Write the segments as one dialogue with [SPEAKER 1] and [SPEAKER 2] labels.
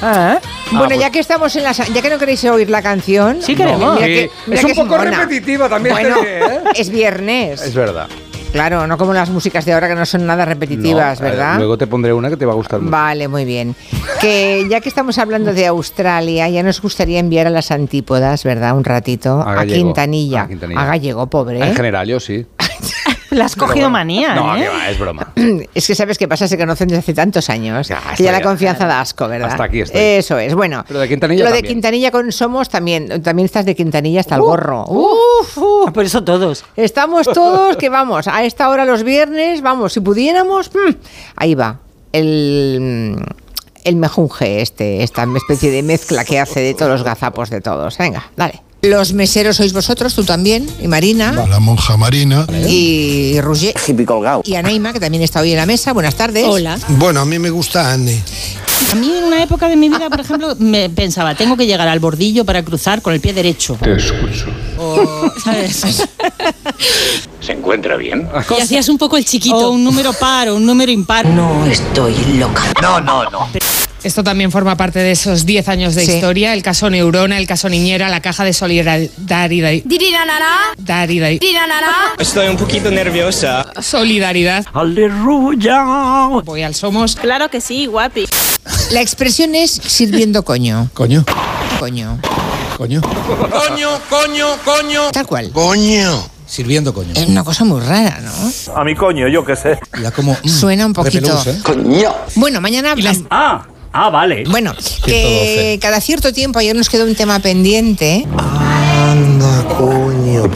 [SPEAKER 1] Ah, bueno,
[SPEAKER 2] pues-
[SPEAKER 1] ya que estamos en la sa- ya que no queréis oír la canción,
[SPEAKER 3] Sí queremos.
[SPEAKER 1] mira
[SPEAKER 2] Sí.
[SPEAKER 1] que- mira
[SPEAKER 2] es
[SPEAKER 1] que
[SPEAKER 2] un poco
[SPEAKER 1] mona.
[SPEAKER 2] repetitiva también.
[SPEAKER 1] Bueno,
[SPEAKER 2] te diré, ¿eh?
[SPEAKER 1] es viernes.
[SPEAKER 2] Es verdad.
[SPEAKER 1] Claro, no como las músicas de ahora que no son nada repetitivas,
[SPEAKER 2] No, eh,
[SPEAKER 1] ¿verdad?
[SPEAKER 2] Luego te pondré una que te va a gustar mucho.
[SPEAKER 1] Vale, muy bien. Que ya que estamos hablando de Australia, ya nos gustaría enviar a las antípodas, ¿verdad? Un ratito
[SPEAKER 2] A
[SPEAKER 1] a,
[SPEAKER 2] Gallego,
[SPEAKER 1] Quintanilla,
[SPEAKER 2] a Quintanilla.
[SPEAKER 1] A Gallego, pobre. ¿eh?
[SPEAKER 2] En general, yo sí.
[SPEAKER 3] La has cogido manía,
[SPEAKER 2] No,
[SPEAKER 3] ¿eh?
[SPEAKER 2] que va, es broma.
[SPEAKER 1] Es que sabes qué pasa, se conocen desde hace tantos años.
[SPEAKER 2] Ya,
[SPEAKER 1] que
[SPEAKER 2] estoy
[SPEAKER 1] ya la
[SPEAKER 2] ya.
[SPEAKER 1] confianza da asco, ¿verdad?
[SPEAKER 2] Hasta aquí estoy.
[SPEAKER 1] Eso es, bueno.
[SPEAKER 2] Pero de Quintanilla
[SPEAKER 1] Lo de
[SPEAKER 2] también. Uh,
[SPEAKER 1] Quintanilla con Somos también. También estás de Quintanilla hasta el gorro. Uf, uf.
[SPEAKER 3] Por eso todos.
[SPEAKER 1] Estamos todos que vamos, a esta hora los viernes, vamos, si pudiéramos, mm, ahí va. El, mm, el mejunje, este, esta especie de mezcla que hace de todos los gazapos de todos. Venga, dale. Los meseros sois vosotros, tú también, y Marina,
[SPEAKER 4] la monja marina.
[SPEAKER 1] y Roger,
[SPEAKER 5] hippie colgado.
[SPEAKER 1] y Anaima, que también está hoy en la mesa. Buenas tardes.
[SPEAKER 6] Hola.
[SPEAKER 4] Bueno, a mí me gusta Anne.
[SPEAKER 6] A mí en una época de mi vida, por ejemplo, me pensaba, tengo que llegar al bordillo para cruzar con el pie derecho.
[SPEAKER 7] Te escucho.
[SPEAKER 6] O, ¿sabes?
[SPEAKER 7] ¿Se encuentra bien?
[SPEAKER 6] Y hacías un poco el chiquito. O un número par o un número impar.
[SPEAKER 8] No estoy loca.
[SPEAKER 9] Esto también forma parte de esos 10 años de
[SPEAKER 1] Sí.
[SPEAKER 9] historia, el caso Neurona, el caso Niñera, la caja de solidaridad. Solidaridad.
[SPEAKER 10] Estoy un poquito nerviosa.
[SPEAKER 9] Solidaridad. Voy al Somos.
[SPEAKER 6] Claro que sí, guapi.
[SPEAKER 1] La expresión es sirviendo coño.
[SPEAKER 4] Coño,
[SPEAKER 1] Coño.
[SPEAKER 4] coño.
[SPEAKER 1] Tal cual.
[SPEAKER 4] Coño. Sirviendo coño.
[SPEAKER 1] Es una cosa muy rara, ¿no?
[SPEAKER 10] A mi coño, yo qué sé.
[SPEAKER 4] Ya como. mm,
[SPEAKER 1] Suena un poquito.
[SPEAKER 4] repelús, ¿eh?
[SPEAKER 1] Bueno, mañana
[SPEAKER 10] Ah, ah, vale.
[SPEAKER 1] Bueno, que
[SPEAKER 4] 112.
[SPEAKER 1] cada cierto tiempo, ayer nos quedó un tema pendiente.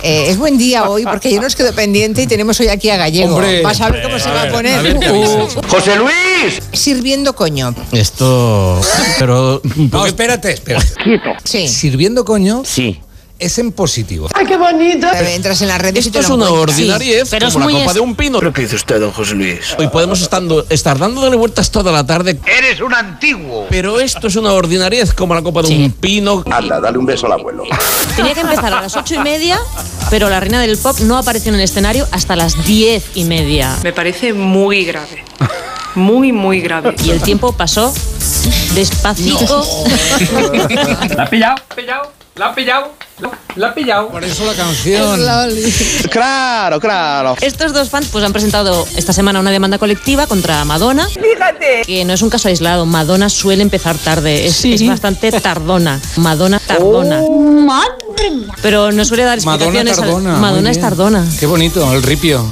[SPEAKER 1] Eh, es buen día hoy porque ayer nos quedó pendiente y tenemos hoy aquí a Gallego.
[SPEAKER 4] Hombre.
[SPEAKER 1] Vas a ver cómo se va a poner. Uh,
[SPEAKER 5] ¡José Luis!
[SPEAKER 1] sirviendo coño.
[SPEAKER 11] Esto. Pero.
[SPEAKER 4] No, espérate, espérate.
[SPEAKER 1] Sí.
[SPEAKER 11] Sirviendo coño
[SPEAKER 5] Sí.
[SPEAKER 11] es en positivo.
[SPEAKER 1] Entras en las redes y
[SPEAKER 11] Esto
[SPEAKER 1] te
[SPEAKER 11] es
[SPEAKER 1] lo
[SPEAKER 11] una
[SPEAKER 1] encuentras.
[SPEAKER 11] ordinariez
[SPEAKER 6] pero es
[SPEAKER 11] como la
[SPEAKER 6] muy
[SPEAKER 11] copa
[SPEAKER 6] es-
[SPEAKER 11] de un pino.
[SPEAKER 5] ¿Qué dice usted, don José Luis?
[SPEAKER 11] Hoy podemos estando- estar dándole vueltas toda la tarde,
[SPEAKER 5] ¡Eres un antiguo!
[SPEAKER 11] pero esto es una ordinariez como la copa de un pino.
[SPEAKER 5] Anda, dale un beso al abuelo.
[SPEAKER 6] Tenía que empezar a las ocho y media, pero la reina del pop no apareció en el escenario hasta las diez y media.
[SPEAKER 8] Me parece muy grave. Muy, muy grave.
[SPEAKER 6] Y el tiempo pasó despacito.
[SPEAKER 10] La ha pillado, pillado, la ha pillado, la, la ha pillado.
[SPEAKER 11] Por eso la canción.
[SPEAKER 5] ¡Claro, claro!
[SPEAKER 6] Estos dos fans pues han presentado esta semana una demanda colectiva contra Madonna. Fíjate. Que no es un caso aislado. Madonna suele empezar tarde. Es, es bastante tardona. Madonna tardona. Pero no suele dar
[SPEAKER 11] Oh. Madonna
[SPEAKER 6] explicaciones. al-
[SPEAKER 11] Tardona. muy
[SPEAKER 6] Madonna es
[SPEAKER 11] bien.
[SPEAKER 6] tardona.
[SPEAKER 11] Qué bonito, el ripio.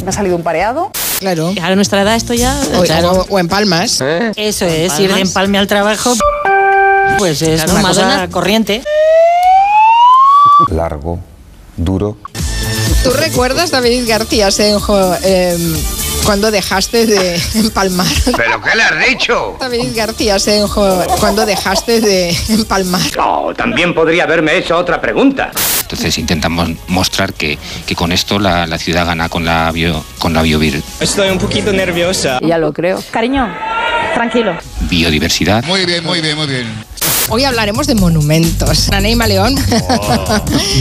[SPEAKER 1] Claro.
[SPEAKER 6] Claro, a nuestra edad esto ya.
[SPEAKER 1] O, o- o en palmas.
[SPEAKER 5] Eh.
[SPEAKER 6] Eso es, ir de empalme al trabajo. Pues es una cosa corriente.
[SPEAKER 5] Largo, duro.
[SPEAKER 12] ¿Tú recuerdas, David García Senjo, em, cuando dejaste de empalmar?
[SPEAKER 5] ¿Pero qué le has dicho?
[SPEAKER 12] David García Senjo, cuando dejaste de empalmar?
[SPEAKER 5] Oh, también podría haberme hecho otra pregunta.
[SPEAKER 8] Entonces intentamos mostrar que, que con esto la, la ciudad gana con la bio, con la biovir-
[SPEAKER 10] Estoy un poquito nerviosa.
[SPEAKER 6] Cariño, tranquilo.
[SPEAKER 8] biodiversidad.
[SPEAKER 4] Muy bien, muy bien, muy bien.
[SPEAKER 12] Hoy hablaremos de monumentos. Anaima León.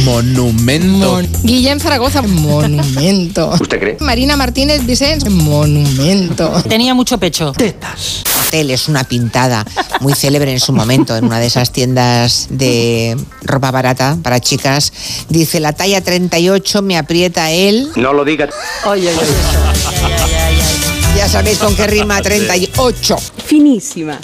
[SPEAKER 11] Monumento.
[SPEAKER 12] Mon- Guillem Zaragoza. Monumento.
[SPEAKER 5] ¿Usted cree?
[SPEAKER 12] Marina Martínez Vicens. Monumento.
[SPEAKER 6] Tenía mucho pecho.
[SPEAKER 1] Hotel es una pintada muy célebre en su momento en una de esas tiendas de ropa barata para chicas. Dice la talla 38 me aprieta él.
[SPEAKER 5] No lo diga.
[SPEAKER 1] Ya sabéis con qué rima 38.
[SPEAKER 8] Finísima.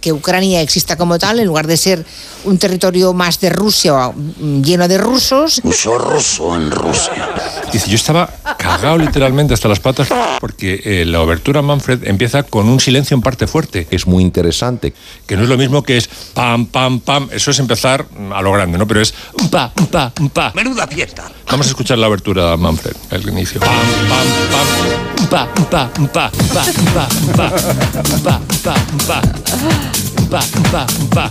[SPEAKER 1] que Ucrania exista como tal, en lugar de ser un territorio más de Rusia o, mm, lleno de rusos.
[SPEAKER 5] Mucho ruso en Rusia.
[SPEAKER 7] Dice, yo estaba cagado literalmente hasta las patas porque eh, la obertura Manfred empieza con un silencio en parte fuerte. Es muy interesante. Que no es lo mismo que es pam, pam, pam. Eso es empezar mm, a lo grande, ¿no? Pero es pa, pa, pa.
[SPEAKER 5] Menuda fiesta.
[SPEAKER 7] Vamos a escuchar la abertura Manfred, el inicio. Pam, pam, pam. Pa, pa, pa, pa, pa, pa, pa, pa, pa. Pa, pa, pa.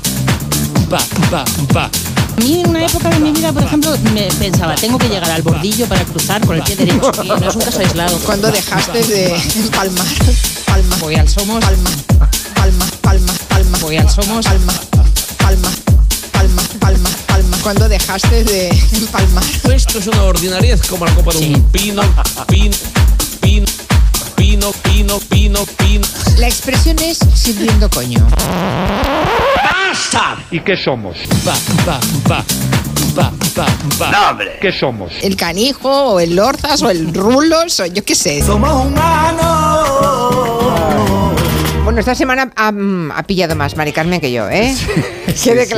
[SPEAKER 7] Pa, pa, pa.
[SPEAKER 6] A mí en una época de mi vida, por ejemplo, me pensaba, tengo que llegar al bordillo para cruzar con el pie derecho. Y no es un caso aislado.
[SPEAKER 12] Cuando dejaste de empalmar. Palma. Voy al Somos. Palma. Palma, palma, palma. Voy al Somos. Palma. Palma. Palma, palma, palma. Cuando dejaste de empalmar.
[SPEAKER 11] Esto es una ordinariez como la copa de un pino. Pin, pin,
[SPEAKER 7] pino, pino, pino, pino.
[SPEAKER 1] Pues La expresión es sirviendo coño.
[SPEAKER 7] ¡Basta!
[SPEAKER 10] ¿Y qué somos?
[SPEAKER 7] Va, va, va, va, va, va.
[SPEAKER 10] No, hombre. ¿Qué somos?
[SPEAKER 1] El canijo o el lorzas o el rulos o yo qué sé. Somos
[SPEAKER 13] Bueno, esta semana ha, mm, ha pillado más Mari Carmen que yo, ¿eh? Quede claro.